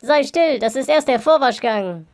Sei still, das ist erst der Vorwaschgang.